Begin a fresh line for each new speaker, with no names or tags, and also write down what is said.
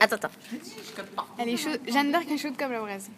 Attends, attends.
Elle est chaude. Jeanne d'Arc est chaude comme la braise.